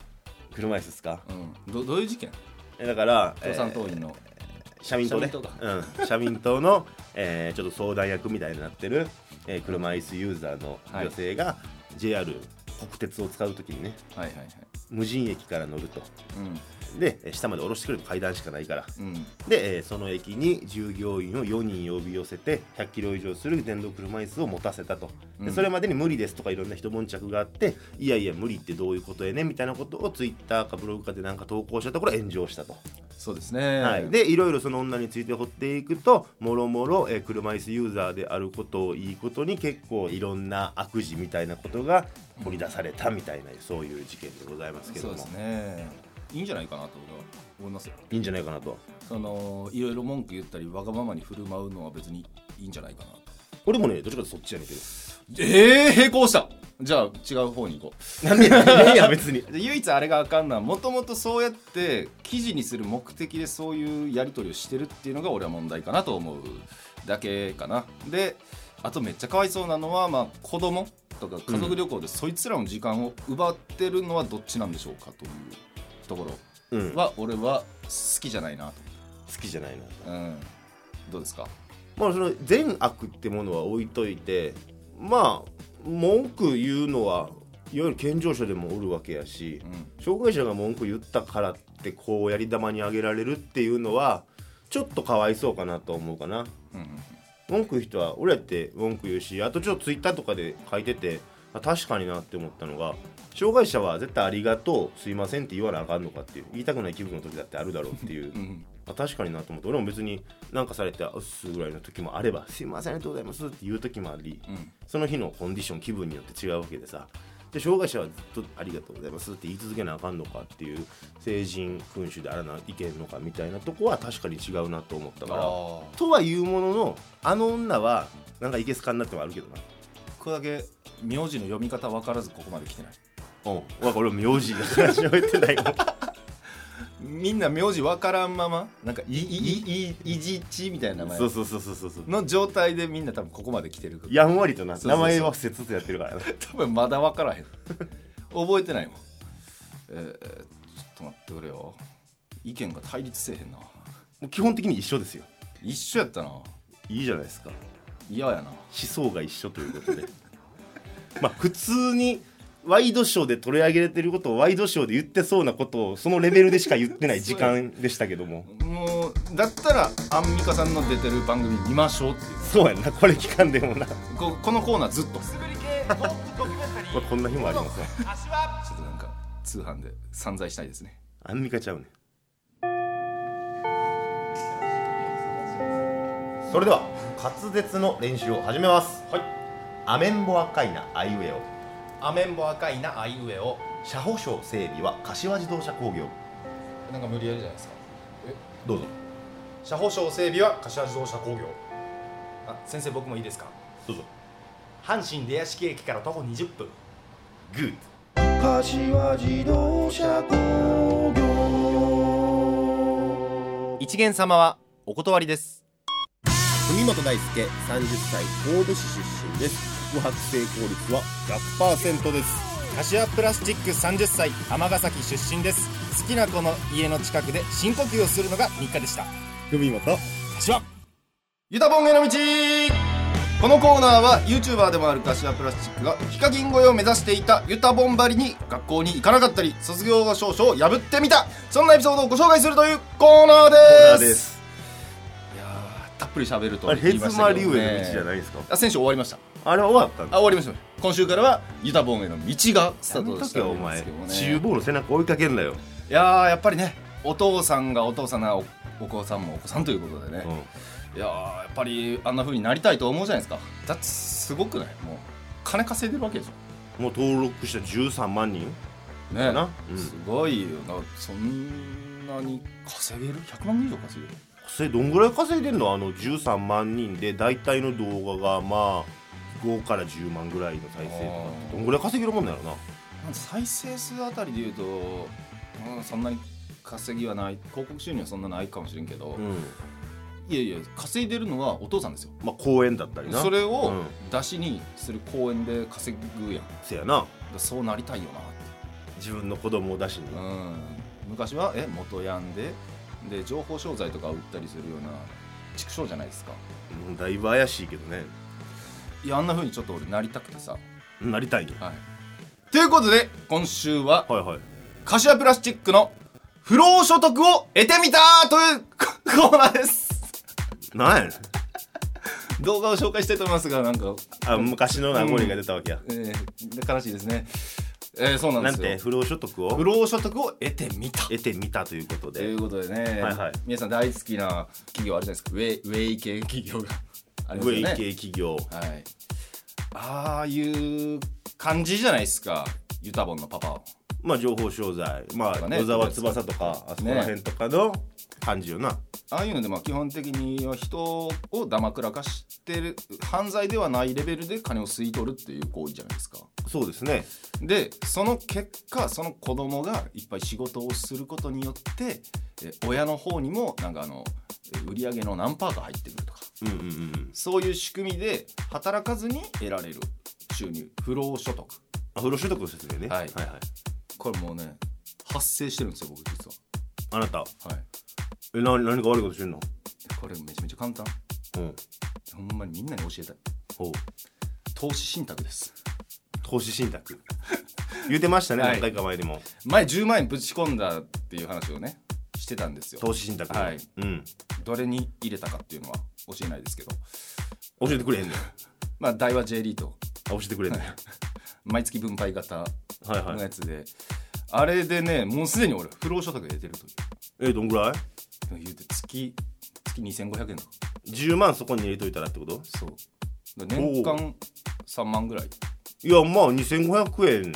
[SPEAKER 2] 車椅子ですか
[SPEAKER 1] う、うん、どどういう事件
[SPEAKER 2] えだから、え
[SPEAKER 1] 共産党
[SPEAKER 2] ー、
[SPEAKER 1] 員の、
[SPEAKER 2] 社民党ね
[SPEAKER 1] 社民党
[SPEAKER 2] うん、社民党の、えーちょっと相談役みたいになってる、えー車椅子ユーザーの女性が、JR 国鉄を使う時にね
[SPEAKER 1] はいはいはい
[SPEAKER 2] 無人駅から乗るとでえー下まで下ろしてくれる階段しかないから
[SPEAKER 1] うんうん
[SPEAKER 2] で、えーその駅に従業員を4人呼び寄せて100キロ以上する電動車椅子を持たせたと
[SPEAKER 1] う
[SPEAKER 2] で
[SPEAKER 1] ん
[SPEAKER 2] それまでに無理ですとかいろんな人悶着があっていやいや無理ってどういうことやねみたいなことをツイッターかブログかでなんか投稿したところ炎上したと、
[SPEAKER 1] そうですね、
[SPEAKER 2] はい、でいろいろその女について掘っていくともろもろえー車椅子ユーザーであることをいいことに結構いろんな悪事みたいなことが掘り出されたみたいなそういう事件でございますけ
[SPEAKER 1] そ
[SPEAKER 2] ど
[SPEAKER 1] う
[SPEAKER 2] も、
[SPEAKER 1] ですねいいんじゃないかなと僕は思いますよ
[SPEAKER 2] いいんじゃないかなと
[SPEAKER 1] そのいろいろ文句言ったりわがままに振る舞うのは別にいいんじゃないかなと
[SPEAKER 2] 俺もねどっちかというとそっちやねんけど
[SPEAKER 1] ええー、並行したじゃあ違う方に行こ
[SPEAKER 2] なんでやねんいや別に
[SPEAKER 1] うで唯一あれがあかんのはもともとそうやって記事にする目的でそういうやり取りをしてるっていうのが俺は問題かなと思うだけかなであとめっちゃかわいそうなのは、まあ、子供とか家族旅行でそいつらの時間を奪ってるのはどっちなんでしょうかというとこ
[SPEAKER 2] うん
[SPEAKER 1] ろは俺は好きじゃないなと
[SPEAKER 2] 好きじゃないな
[SPEAKER 1] うん、どうですか
[SPEAKER 2] まあその善悪ってものは置いといてまあ文句言うのはいわゆる健常者でもおるわけやし
[SPEAKER 1] うん
[SPEAKER 2] 障害者が文句言ったからってこうやり玉にあげられるっていうのはちょっとかわいそうかなと思うかな
[SPEAKER 1] うんうん
[SPEAKER 2] 文句言う人は俺やって文句言うしあとちょっとツイッターとかで書いててあ確かになって思ったのが障害者は絶対ありがとうすいませんって言わなあかんのかっていう言いたくない気分の時だってあるだろうってい う
[SPEAKER 1] うんうん
[SPEAKER 2] あ確かになと思って俺も別に何かされて「あうっす」ぐらいの時もあれば「すいませんありがとうございます」って言う時もあり
[SPEAKER 1] うん
[SPEAKER 2] その日のコンディション気分によって違うわけでさで障害者はずっと「ありがとうございます」って言い続けなあかんのかっていう成人君主であらないけんのかみたいなとこは確かに違うなと思った
[SPEAKER 1] だ
[SPEAKER 2] か。
[SPEAKER 1] からら
[SPEAKER 2] とはいうもののあの女はなんかいけすかになってもあるけどな。
[SPEAKER 1] 僕だけ名字の読み方分からずここまで来てない
[SPEAKER 2] うん、わ俺も名字の話を言ってないもん
[SPEAKER 1] みんな名字分からんままなんかいいいいいいじちみたいな名
[SPEAKER 2] そう
[SPEAKER 1] 前
[SPEAKER 2] そうそうそうそうそう
[SPEAKER 1] の状態でみんな多分ここまで来てるから
[SPEAKER 2] やんわりとな
[SPEAKER 1] そうそう
[SPEAKER 2] 名
[SPEAKER 1] そう
[SPEAKER 2] 前はせつつやってるからな
[SPEAKER 1] 多分まだ分からへん 覚えてないもんえー、ちょっと待ってくれよ意見が対立せえへんな
[SPEAKER 2] もう基本的に一緒ですよ
[SPEAKER 1] 一緒やったない
[SPEAKER 2] いじゃないですか
[SPEAKER 1] 嫌やな
[SPEAKER 2] 思想が一緒ということで まあ普通にワイドショーで取り上げれてることをワイドショーで言ってそうなことをそのレベルでしか言ってない時間でしたけども
[SPEAKER 1] もうだったらアンミカさんの出てる番組見ましょうっていう
[SPEAKER 2] そうやんなこれ期間でもな、ま
[SPEAKER 1] ここのコーナーずっと
[SPEAKER 4] すぐり系トップドキュメンタリ
[SPEAKER 2] あ、こんな日もありますね
[SPEAKER 4] ー足は
[SPEAKER 1] ちょっとなんか通販で散財したいですね。
[SPEAKER 2] アンミカちゃうねそれでは滑舌の練習を始めますはいアメンボ赤いなアイウェオ
[SPEAKER 1] アメンボ赤いなあいうえを
[SPEAKER 2] 車保証整備は柏自動車工業
[SPEAKER 1] なんか無理やりじゃないですか。
[SPEAKER 2] どうぞ
[SPEAKER 1] 車保証整備は柏自動車工業。あ先生僕もいいですか。
[SPEAKER 2] どうぞ
[SPEAKER 1] 阪神出屋敷駅から徒歩20分。
[SPEAKER 2] グッ
[SPEAKER 3] 柏自動車工業
[SPEAKER 5] 一元様はお断りです
[SPEAKER 6] 文本大輔30歳神戸市出身です琥珀成功率は100%です
[SPEAKER 5] 柏プラスチック30歳尼崎出身です好きな子の家の近くで深呼吸をするのが日課でした
[SPEAKER 6] 文本
[SPEAKER 1] ゆたぼんへの道。このコーナーは YouTuber でもある柏プラスチックがヒカキン越えを目指していたユタボンバリに学校に行かなかったり卒業証書を破ってみたそんなエピソードをご紹介するというコーナーです
[SPEAKER 2] コーナーです
[SPEAKER 1] いやーたっぷり喋ると
[SPEAKER 2] あれヘ
[SPEAKER 1] 言いま
[SPEAKER 2] ズ
[SPEAKER 1] した
[SPEAKER 2] マ
[SPEAKER 1] け
[SPEAKER 2] リ
[SPEAKER 1] ど
[SPEAKER 2] ウ
[SPEAKER 1] ね
[SPEAKER 2] エの道じゃないですか
[SPEAKER 1] あ選手終わりました
[SPEAKER 2] あれは終わったんだ
[SPEAKER 1] あ終わりました今週からはユタボンへの道がスタ
[SPEAKER 2] や
[SPEAKER 1] ー
[SPEAKER 2] め
[SPEAKER 1] ト
[SPEAKER 2] と
[SPEAKER 1] し
[SPEAKER 2] け
[SPEAKER 1] た
[SPEAKER 2] よお
[SPEAKER 1] んで
[SPEAKER 2] 前
[SPEAKER 1] すけどね
[SPEAKER 2] 厨房の背中追いかけんなよ、
[SPEAKER 1] いやーやっぱりねお父さんがお父さんなおお子さんもお子さんということでね、いやーやっぱりあんな風になりたいと思うじゃないですかだってすごくないもう金稼いでるわけでし
[SPEAKER 2] もう登録した13万人
[SPEAKER 1] ょね
[SPEAKER 2] かな、うん、
[SPEAKER 1] すごいよなそんなに稼げる100万以上稼げる
[SPEAKER 2] それどんぐらい稼いでんのあの13万人で大体の動画がまあ5から10万ぐらいの再生とかってどんぐらい稼げるもんなのな
[SPEAKER 1] なんか再生数あたりで言うと、うん、そんなに稼ぎはない広告収入はそんなないかもしれんけど、
[SPEAKER 2] うん
[SPEAKER 1] いやいや稼いでるのはお父さんですよ
[SPEAKER 2] まあ公演だったりな
[SPEAKER 1] それを
[SPEAKER 2] うん
[SPEAKER 1] 出しにする公演で稼ぐやんだか
[SPEAKER 2] せやな
[SPEAKER 1] らそうなりたいよなって
[SPEAKER 2] 自分の子供を出しに、
[SPEAKER 1] うん、昔はえ元ヤンでで情報商材とか売ったりするような畜生じゃないですか
[SPEAKER 2] うんだいぶ怪しいけどね
[SPEAKER 1] いやあんな風にちょっと俺なりたくてさ
[SPEAKER 2] なりたいよ
[SPEAKER 1] はいということで今週は
[SPEAKER 2] はいはい
[SPEAKER 1] 柏プラスチックの不労所得を得てみたというココーナーです
[SPEAKER 2] なんやねん
[SPEAKER 1] 動画を紹介したいと思いますがなんか、
[SPEAKER 2] あ昔の名残が出たわけや、
[SPEAKER 1] えー悲しいですねえー、そうなん
[SPEAKER 2] な
[SPEAKER 1] で
[SPEAKER 2] ん
[SPEAKER 1] すよ
[SPEAKER 2] て不労所得
[SPEAKER 1] 不
[SPEAKER 2] を
[SPEAKER 1] 労所得を得てみた
[SPEAKER 2] 得てみたということ
[SPEAKER 1] とい
[SPEAKER 2] で
[SPEAKER 1] うことでね、
[SPEAKER 2] はいはい
[SPEAKER 1] 皆さん大好きな企業あるじゃないですかウェイウェイ系企業があります
[SPEAKER 2] 上
[SPEAKER 1] よね
[SPEAKER 2] 位系企業
[SPEAKER 1] はい、ああいう感じじゃないですかユタボンのパパは
[SPEAKER 2] まあ情報商材ま
[SPEAKER 1] とか
[SPEAKER 2] あ
[SPEAKER 1] ね
[SPEAKER 2] 野沢翼とかあそこら辺とかの感じよな、
[SPEAKER 1] ああいうのでまあ基本的には人をだまくらかしてる犯罪ではないレベルで金を吸い取るっていう行為じゃないですか
[SPEAKER 2] そうですね
[SPEAKER 1] でその結果その子供がいっぱい仕事をすることによってえ親の方にもなんかあのえ売り上げの何パーか入ってくるとか
[SPEAKER 2] うんうんうん
[SPEAKER 1] そういう仕組みで働かずに得られる収入不労所得
[SPEAKER 2] あ不労所得の説明ね、
[SPEAKER 1] はい
[SPEAKER 2] はいはい
[SPEAKER 1] これもうね発生してるんですよ僕実
[SPEAKER 2] あなた
[SPEAKER 1] ははい
[SPEAKER 2] えな何か悪いことしてんの
[SPEAKER 1] これめちゃめちゃ簡単
[SPEAKER 2] うん
[SPEAKER 1] ほんまにみんなに教えたい
[SPEAKER 2] ほう
[SPEAKER 1] 投資信託です
[SPEAKER 2] 投資 信託言うてましたね、
[SPEAKER 1] はい
[SPEAKER 2] 何回か前にも
[SPEAKER 1] 前10万円ぶち込んだっていう話をねしてたんですよ
[SPEAKER 2] 投資信託、
[SPEAKER 1] はい
[SPEAKER 2] うん
[SPEAKER 1] どれに入れたかっていうのは教えないですけど
[SPEAKER 2] 教えてくれへんねんあ
[SPEAKER 1] まあ大は J リート
[SPEAKER 2] 教えてくれへんねん
[SPEAKER 1] 毎月分配型
[SPEAKER 2] はい
[SPEAKER 1] の
[SPEAKER 2] は
[SPEAKER 1] や
[SPEAKER 2] い
[SPEAKER 1] つで、あれでねもうすでに俺不労所得得てるという
[SPEAKER 2] えどんぐらい
[SPEAKER 1] 言うて月月2500円だ
[SPEAKER 2] 10万そこに入れといたらってこと
[SPEAKER 1] そうだ年間3万ぐらい
[SPEAKER 2] いやまあ2500円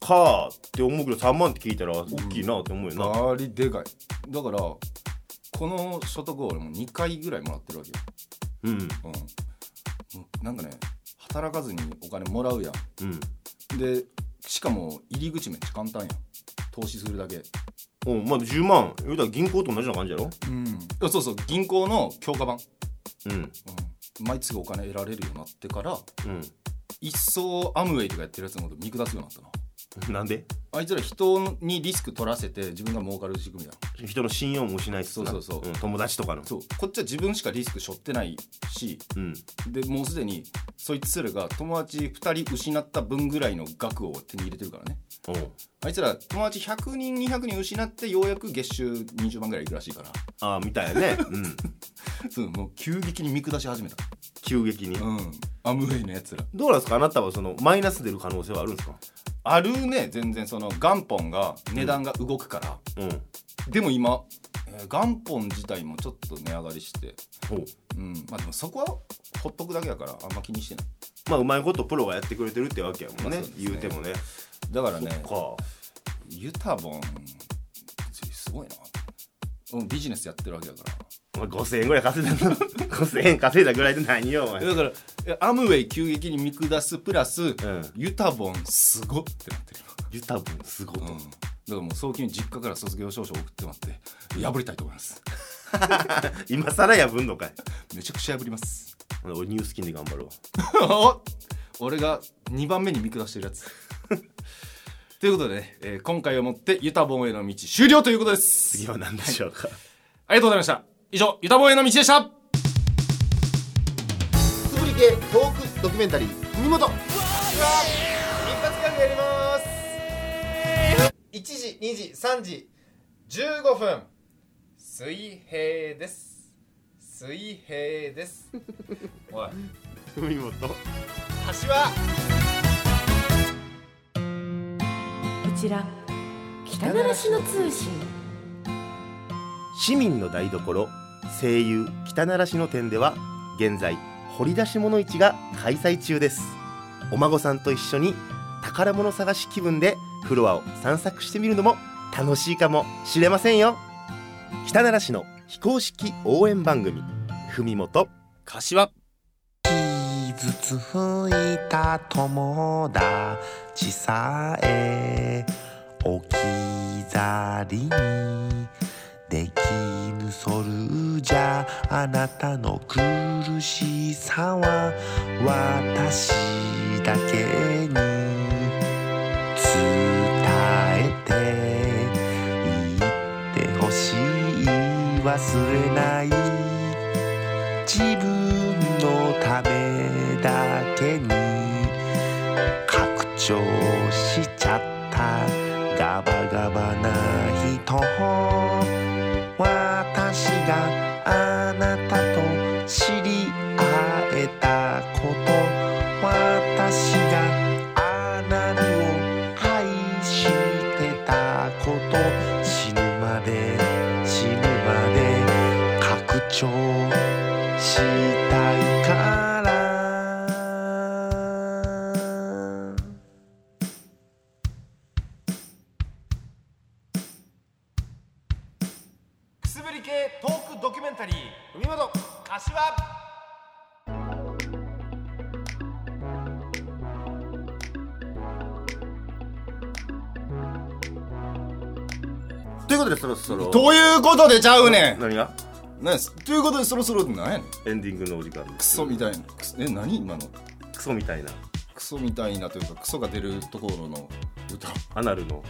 [SPEAKER 2] かって思うけど3万って聞いたら大きいなって思うよな、
[SPEAKER 1] ありでかいだからこの所得を俺も2回ぐらいもらってるわけよ
[SPEAKER 2] うん
[SPEAKER 1] うん、もうなんかね働かずにお金もらうや
[SPEAKER 2] うん
[SPEAKER 1] んでしかも入り口めっちゃ簡単やん投資するだけ
[SPEAKER 2] うんまあ10万言うたら銀行と同じような感じやろ
[SPEAKER 1] うんそうそう銀行の強化版、
[SPEAKER 2] うん
[SPEAKER 1] うん、毎月お金得られるようになってから
[SPEAKER 2] う
[SPEAKER 1] 一層アムウェイとかやってるやつのこと見下すようになったなん
[SPEAKER 2] なんで
[SPEAKER 1] あいつら人にリスク取らせて自分が儲かる仕組みやん
[SPEAKER 2] 人の信用も失いつつな
[SPEAKER 1] そうそうそうん
[SPEAKER 2] 友達とかの
[SPEAKER 1] そうこっちは自分しかリスク背負ってないし
[SPEAKER 2] うん
[SPEAKER 1] でもうすでにそいつらが友達2人失った分ぐらいの額を手に入れてるからね
[SPEAKER 2] おう
[SPEAKER 1] あいつら友達100人200人失ってようやく月収20万ぐらいいくらしいから
[SPEAKER 2] ああみたいやねうん
[SPEAKER 1] そうもう急激に見下し始めた
[SPEAKER 2] 急激に
[SPEAKER 1] うんアムウェイのやつら
[SPEAKER 2] どうなんですかあなたはそのマイナス出る可能性はあるんですか
[SPEAKER 1] あるね全然その元本が値段が動くから、
[SPEAKER 2] うん
[SPEAKER 1] でも今、えー元本自体もちょっと値上がりして
[SPEAKER 2] ほう
[SPEAKER 1] うんまあでもそこはほっとくだけだからあんま気にしてない
[SPEAKER 2] まあうまいことプロがやってくれてるってわけやもん
[SPEAKER 1] ま
[SPEAKER 2] ね,、
[SPEAKER 1] あそうですね
[SPEAKER 2] 言うてもね
[SPEAKER 1] だからね
[SPEAKER 2] か
[SPEAKER 1] ユタボンすごいなうんビジネスやってるわけだから
[SPEAKER 2] お前5000円ぐらい稼いだの 5000円稼いだぐらいで何よお前
[SPEAKER 1] だからえアムウェイ急激に見下すプラス、
[SPEAKER 2] ん
[SPEAKER 1] ユタボンすごってなってる、
[SPEAKER 2] ユタ分すごいと
[SPEAKER 1] うん、だからもう早急に実家から卒業証書送ってもらって破りたいと思います
[SPEAKER 2] 今更やぶんのかい
[SPEAKER 1] めちゃくちゃ破ります
[SPEAKER 2] 俺ニュースキンで頑張ろう
[SPEAKER 1] お俺が2番目に見下してるやつ ということでね、えー今回をもってユタボンへの道終了ということです
[SPEAKER 2] 次は何でしょうか、
[SPEAKER 1] ありがとうございました以上ユタボンへの道でしたつぶり
[SPEAKER 6] 系トークドキュメンタリー文元
[SPEAKER 4] 一発ギャグやります1時2時3時15分水平です水平ですおい
[SPEAKER 6] 文元
[SPEAKER 4] 橋は
[SPEAKER 7] こちら北ならしの通信
[SPEAKER 2] 市民の台所声優北奈良市の店では現在掘り出し物市が開催中ですお孫さんと一緒に宝物探し気分でフロアを散策してみるのも楽しいかもしれませんよ北奈良市の非公式応援番組文元
[SPEAKER 1] 柏
[SPEAKER 8] 傷ついた友達さえ置き去りにできぬそるじゃあなたの苦しさは私だけに伝えて言ってほしい忘れない自分のためだけに拡張しちゃったガバガバな人私があなたと知り合えたこと私があなたを愛してたこと死ぬまで死ぬまで拡張したいから」
[SPEAKER 4] くすぶり系トークドキュメンタリー海本柏
[SPEAKER 2] ということでそろそろ
[SPEAKER 1] ということでちゃ うねん
[SPEAKER 2] 何が
[SPEAKER 1] ねということでそろそろなんやねん
[SPEAKER 2] エンディングのお時間で
[SPEAKER 1] ク
[SPEAKER 2] す
[SPEAKER 1] ソみたいなクソえ何今の
[SPEAKER 2] クソみたいな
[SPEAKER 1] クソみたいなというかクソが出るところの歌
[SPEAKER 2] アナルの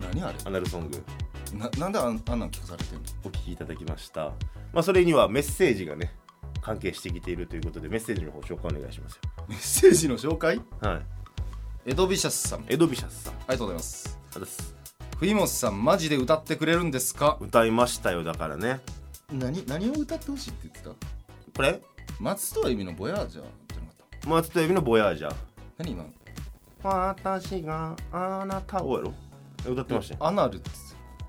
[SPEAKER 1] な何あれ
[SPEAKER 2] アナルソング
[SPEAKER 1] ななんであんあんなん聞かされてんの
[SPEAKER 2] お聞きいただきましたまあそれにはメッセージがね関係してきているということでメッセージの方紹介お願いします
[SPEAKER 1] メッセージの紹介
[SPEAKER 2] よはい
[SPEAKER 1] エドビシャスさんあり
[SPEAKER 2] エドビシャスさんあ
[SPEAKER 1] がとうございます
[SPEAKER 2] ざっす
[SPEAKER 1] 冬本さんマジで歌ってくれるんですか
[SPEAKER 2] 歌いましたよだからね
[SPEAKER 1] 何何を歌ってほしいって言ってた
[SPEAKER 2] これ
[SPEAKER 1] 松戸由美のボヤージャーってなかった
[SPEAKER 2] 松戸由美の「ボヤージャー
[SPEAKER 1] 何今」
[SPEAKER 2] 私があなたをやろ歌ってましたよ
[SPEAKER 1] アナルって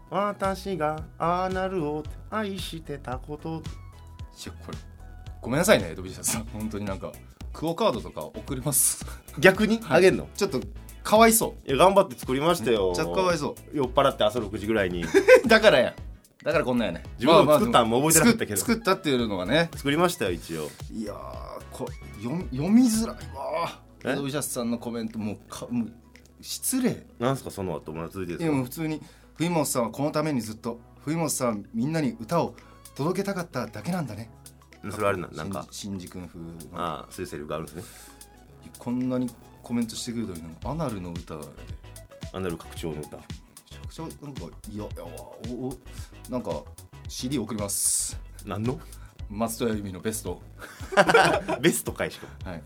[SPEAKER 2] 私がアナルを愛してたこ
[SPEAKER 1] い
[SPEAKER 2] と
[SPEAKER 1] やこれごめんなさいねエドビシャスさん本当になんかクオカードとか送ります
[SPEAKER 2] 逆に あげんの、
[SPEAKER 1] ちょっとかわいそ
[SPEAKER 2] い、や頑張って作りましたよ
[SPEAKER 1] めっちゃかわいそう
[SPEAKER 2] 酔っ払って朝6時ぐらいに
[SPEAKER 1] う だからやだからこんなんやね
[SPEAKER 2] 自分も作ったんも覚えてなかったけど
[SPEAKER 1] 作作ったっていうのがね
[SPEAKER 2] 作りましたよ一応
[SPEAKER 1] いやーこ読み読みづらいわ
[SPEAKER 2] え
[SPEAKER 1] エドビシャスさんのコメントもうかもう失礼
[SPEAKER 2] なんすかその後もら続いてるん
[SPEAKER 1] い
[SPEAKER 2] で
[SPEAKER 1] や
[SPEAKER 2] す
[SPEAKER 1] もう
[SPEAKER 2] か
[SPEAKER 1] 普通に冬本さんはこのためにずっと冬本さんはみんなに歌を届けたかっただけなんだね
[SPEAKER 2] それあれなんなんか
[SPEAKER 1] 新次君風の
[SPEAKER 2] ああそういうセリフがあるんですね
[SPEAKER 1] こんなにコメントしてくれたのにアナルの歌で
[SPEAKER 2] アナル拡張の歌
[SPEAKER 1] めちゃくちゃなんかいやいやおおなんか CD 送ります
[SPEAKER 2] 何 の
[SPEAKER 1] 松任谷由実のベスト
[SPEAKER 2] ベスト回しかも
[SPEAKER 1] はい、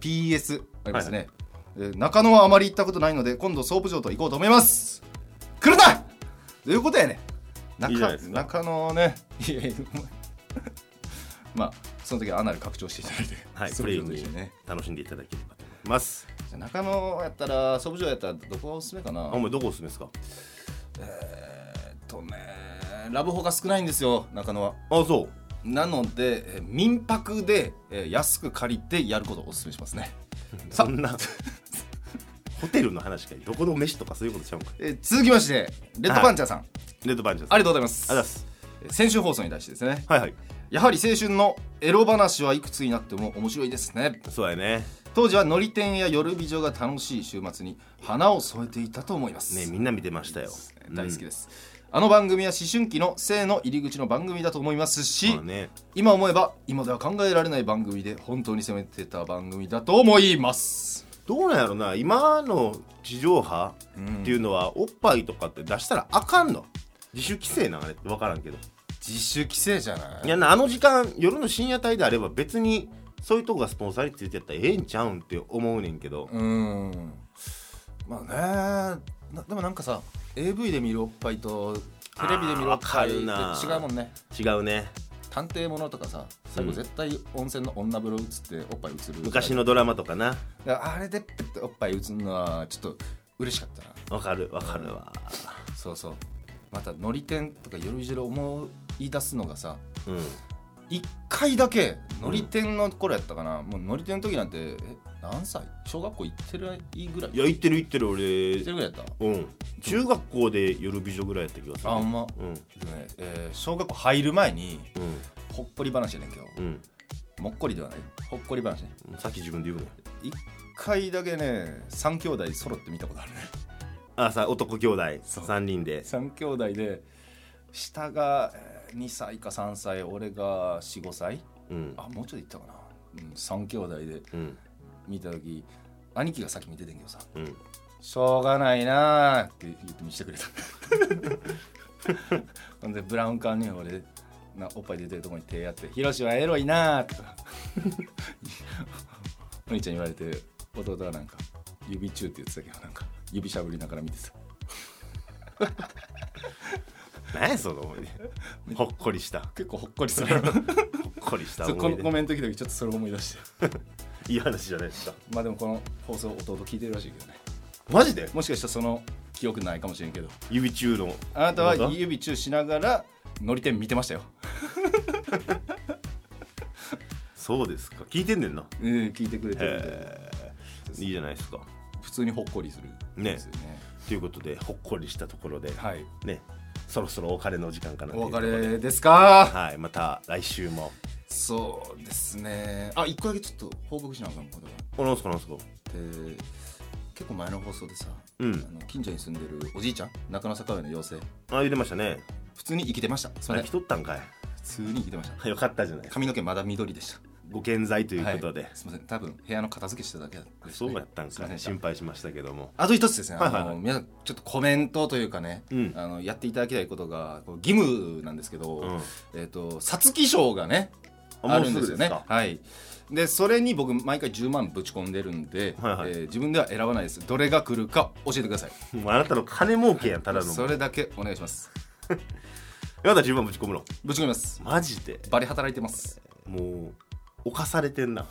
[SPEAKER 1] PS ありますね、えー中野はあまり行ったことないので今度ソープ場と行こうと思います来るなということやね中
[SPEAKER 2] いいじゃないですか
[SPEAKER 1] 中野ね いやいやお前まあその時はアナル拡張していただいて
[SPEAKER 2] はい
[SPEAKER 1] ソ
[SPEAKER 2] プ
[SPEAKER 1] ープ
[SPEAKER 2] レイ
[SPEAKER 1] 場と一緒
[SPEAKER 2] に
[SPEAKER 1] にね
[SPEAKER 2] 楽しんでいただければと思います
[SPEAKER 1] じゃあ中野やったらソープ場やったらどこがおすすめかな
[SPEAKER 2] あお前どこおすすめですか
[SPEAKER 1] えっとねラブホが少ないんですよ中野は
[SPEAKER 2] あそう
[SPEAKER 1] なので、えー民泊で、えー安く借りてやることをおすすめしますねさ
[SPEAKER 2] そんなホテルの話かいどこの飯とかそういうことちゃうんかい
[SPEAKER 1] えー続きましてレッドパンチャーさん、
[SPEAKER 2] レッドバンジャーさ
[SPEAKER 1] あ
[SPEAKER 2] んあ
[SPEAKER 1] りがとう
[SPEAKER 2] り
[SPEAKER 1] ございます
[SPEAKER 2] がとうございます
[SPEAKER 1] 先週放送に対してですね
[SPEAKER 2] はいはい
[SPEAKER 1] やはり青春のエロ話はいくつになっても面白いですね
[SPEAKER 2] そうやね
[SPEAKER 1] 当時はのり店や夜美女が楽しい週末に花を添えていたと思います、
[SPEAKER 2] ねみんな見てましたよ、
[SPEAKER 1] 大好きですす、あの番組は思春期の性の入り口の番組だと思います
[SPEAKER 2] うん
[SPEAKER 1] し、
[SPEAKER 2] まあね
[SPEAKER 1] 今思えば今では考えられない番組で本当に攻めてた番組だと思います
[SPEAKER 2] どうなんやろな今の地上波っていうのは、おっぱいとかって出したらあかんの自主規制なんあれって分からんけど
[SPEAKER 1] 自主規制じゃない
[SPEAKER 2] いやなあの時間夜の深夜帯であれば別にそういうとこがスポンサーについてやったらええんちゃうんって思うねんけど、
[SPEAKER 1] うんまあねなでもなんかさ AV で見るおっぱいとテレビで見るおっぱいって違
[SPEAKER 2] あー
[SPEAKER 1] うもんね
[SPEAKER 2] 違うね
[SPEAKER 1] 探偵ものとかさ最後絶対温泉の女風呂映っておっぱい映る
[SPEAKER 2] 昔のドラマとかな
[SPEAKER 1] だからあれでペッておっぱい映るのはちょっと嬉しかったな
[SPEAKER 2] わかるわかるわ
[SPEAKER 1] そうそうまたのり天とかよりじろ思い出すのがさ
[SPEAKER 2] うん
[SPEAKER 1] 1回だけのり天の頃やったかな、もうのり天の時なんてえ何歳小学校行ってるぐらい
[SPEAKER 2] いや行ってる行ってる
[SPEAKER 1] 行ってる
[SPEAKER 2] 俺
[SPEAKER 1] ぐらいやった
[SPEAKER 2] うん中学校で夜美女ぐらいやった気がする
[SPEAKER 1] あほんま
[SPEAKER 2] うん
[SPEAKER 1] でねえー小学校入る前にほっこり話やねんけど、
[SPEAKER 2] うん
[SPEAKER 1] もっこりではないほっこり話ね
[SPEAKER 2] うんさっき自分で言うね
[SPEAKER 1] 1回だけね3兄弟揃って見たことあるね
[SPEAKER 2] あさ男兄弟
[SPEAKER 1] そう
[SPEAKER 2] 3人で
[SPEAKER 1] 3兄弟で下がえー2歳か3歳俺が45歳
[SPEAKER 2] うん
[SPEAKER 1] あもうちょっといったかな、うん、3兄弟で
[SPEAKER 2] うん
[SPEAKER 1] 見た時兄貴が先見ててんけどさ
[SPEAKER 2] うん
[SPEAKER 1] しょうがないなーって言って見せてくれた ほんでブラウン管に俺なおっぱい出てるとこに手やって「ヒロシはエロいなー」とか お兄ちゃんに言われて弟はなんか「指中」って言ってたけどなんか指しゃぶりながら見てた
[SPEAKER 2] 何やその思い 出ほっこりした
[SPEAKER 1] 結構ほっこりす る
[SPEAKER 2] ほっこりした
[SPEAKER 1] そうこ
[SPEAKER 2] 思い
[SPEAKER 1] のコ
[SPEAKER 2] 出
[SPEAKER 1] メント来た時ちょっとそれ思い出して
[SPEAKER 2] いい話じゃないですか
[SPEAKER 1] まあでもこの放送弟聞いてるらしいけどね
[SPEAKER 2] マジで
[SPEAKER 1] もしかしたらその記憶ないかもしれんけど
[SPEAKER 2] 指中の
[SPEAKER 1] あなたは
[SPEAKER 2] どうぞ
[SPEAKER 1] 指チューしながらのり天見てましたよ。
[SPEAKER 2] そうですか聞いてんねんな
[SPEAKER 1] うん、聞いてくれてるみたいで
[SPEAKER 2] えーいいじゃないですか
[SPEAKER 1] 普通にほっこりするんですよね。
[SPEAKER 2] ということでほっこりしたところで
[SPEAKER 1] はい。
[SPEAKER 2] ねそろそろお別れの時間かなとい
[SPEAKER 1] お
[SPEAKER 2] うとこ
[SPEAKER 1] 別
[SPEAKER 2] ろで
[SPEAKER 1] れですか。
[SPEAKER 2] はいまた来週も
[SPEAKER 1] そうですね。あ、一個だけちょっと報告しなあかんことが
[SPEAKER 2] おなんすかなんすか
[SPEAKER 1] あって、結構前の放送でさ、
[SPEAKER 2] うん
[SPEAKER 1] あの近所に住んでるおじいちゃん、中野坂上の妖精、
[SPEAKER 2] あ入れましたね
[SPEAKER 1] 普通に生きてました。それ、
[SPEAKER 2] 来
[SPEAKER 1] 普
[SPEAKER 2] とったんか
[SPEAKER 1] 通に生きてました。
[SPEAKER 2] い よかったじゃないですか
[SPEAKER 1] 髪の毛まだ緑でした。
[SPEAKER 2] ご健在ということで、
[SPEAKER 1] はいすみません、多分部屋の片付けしてただけだ、
[SPEAKER 2] そうやったんか
[SPEAKER 1] ね。
[SPEAKER 2] 心配しましたけども
[SPEAKER 1] あと一つですね、
[SPEAKER 2] はいはいはい
[SPEAKER 1] あの皆さんちょっとコメントというかね、
[SPEAKER 2] うん
[SPEAKER 1] あのやっていただきたいことがこう義務なんですけど、
[SPEAKER 2] うん
[SPEAKER 1] えっ、と皐月賞がね
[SPEAKER 2] あ
[SPEAKER 1] あ
[SPEAKER 2] もう
[SPEAKER 1] る
[SPEAKER 2] す
[SPEAKER 1] ん
[SPEAKER 2] ぐ
[SPEAKER 1] ですよ
[SPEAKER 2] で
[SPEAKER 1] ね
[SPEAKER 2] すか。
[SPEAKER 1] はい。でそれに僕毎回10万ぶち込んでるんで、
[SPEAKER 2] はいはい
[SPEAKER 1] えー自分では選ばないです。どれが来るか教えてください。
[SPEAKER 2] もうあなたの金儲けやんただの
[SPEAKER 1] それだけお願いします。
[SPEAKER 2] まだ10万ぶち込むの
[SPEAKER 1] ぶち込みます。
[SPEAKER 2] マジで
[SPEAKER 1] バリ働いてます。
[SPEAKER 2] もう犯され てんな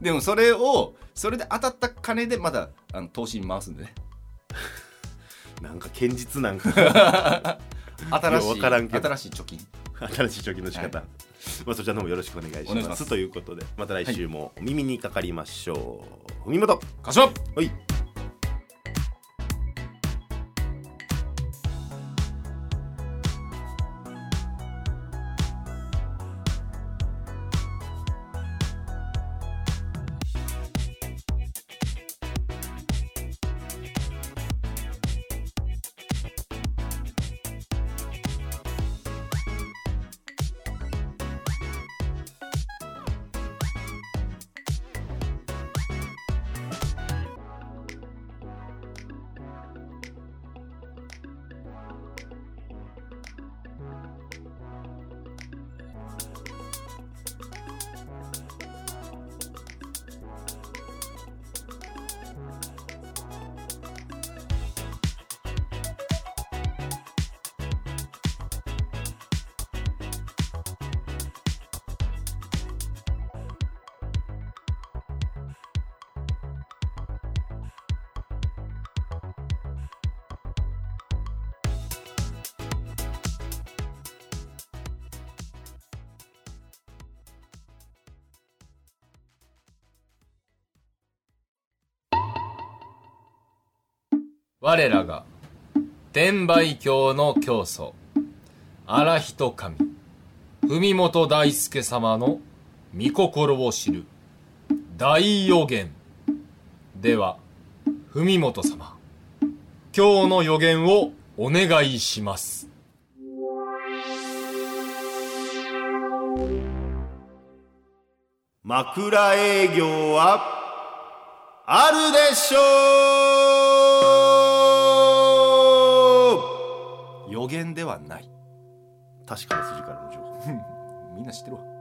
[SPEAKER 1] でもそれをそれで当たった金でまだあの投資に回すんでね。
[SPEAKER 2] なんか堅実なんか
[SPEAKER 1] 新
[SPEAKER 2] い
[SPEAKER 1] し
[SPEAKER 2] やわ
[SPEAKER 1] い
[SPEAKER 2] からんけど
[SPEAKER 1] 新しい貯金。
[SPEAKER 2] 新しい貯金の仕方、まあそちらの方もよろしくお願いします
[SPEAKER 1] お願いします
[SPEAKER 2] ということでまた来週もお耳にかかりましょう文元
[SPEAKER 1] 柏
[SPEAKER 2] はい
[SPEAKER 4] 我らが天売教の教祖荒人神文本大輔様の御心を知る大予言では文本様今日の予言をお願いします
[SPEAKER 2] 枕営業はあるでしょう
[SPEAKER 1] 予言ではない。
[SPEAKER 2] 確かな筋からの情報
[SPEAKER 1] みんな知ってるわ。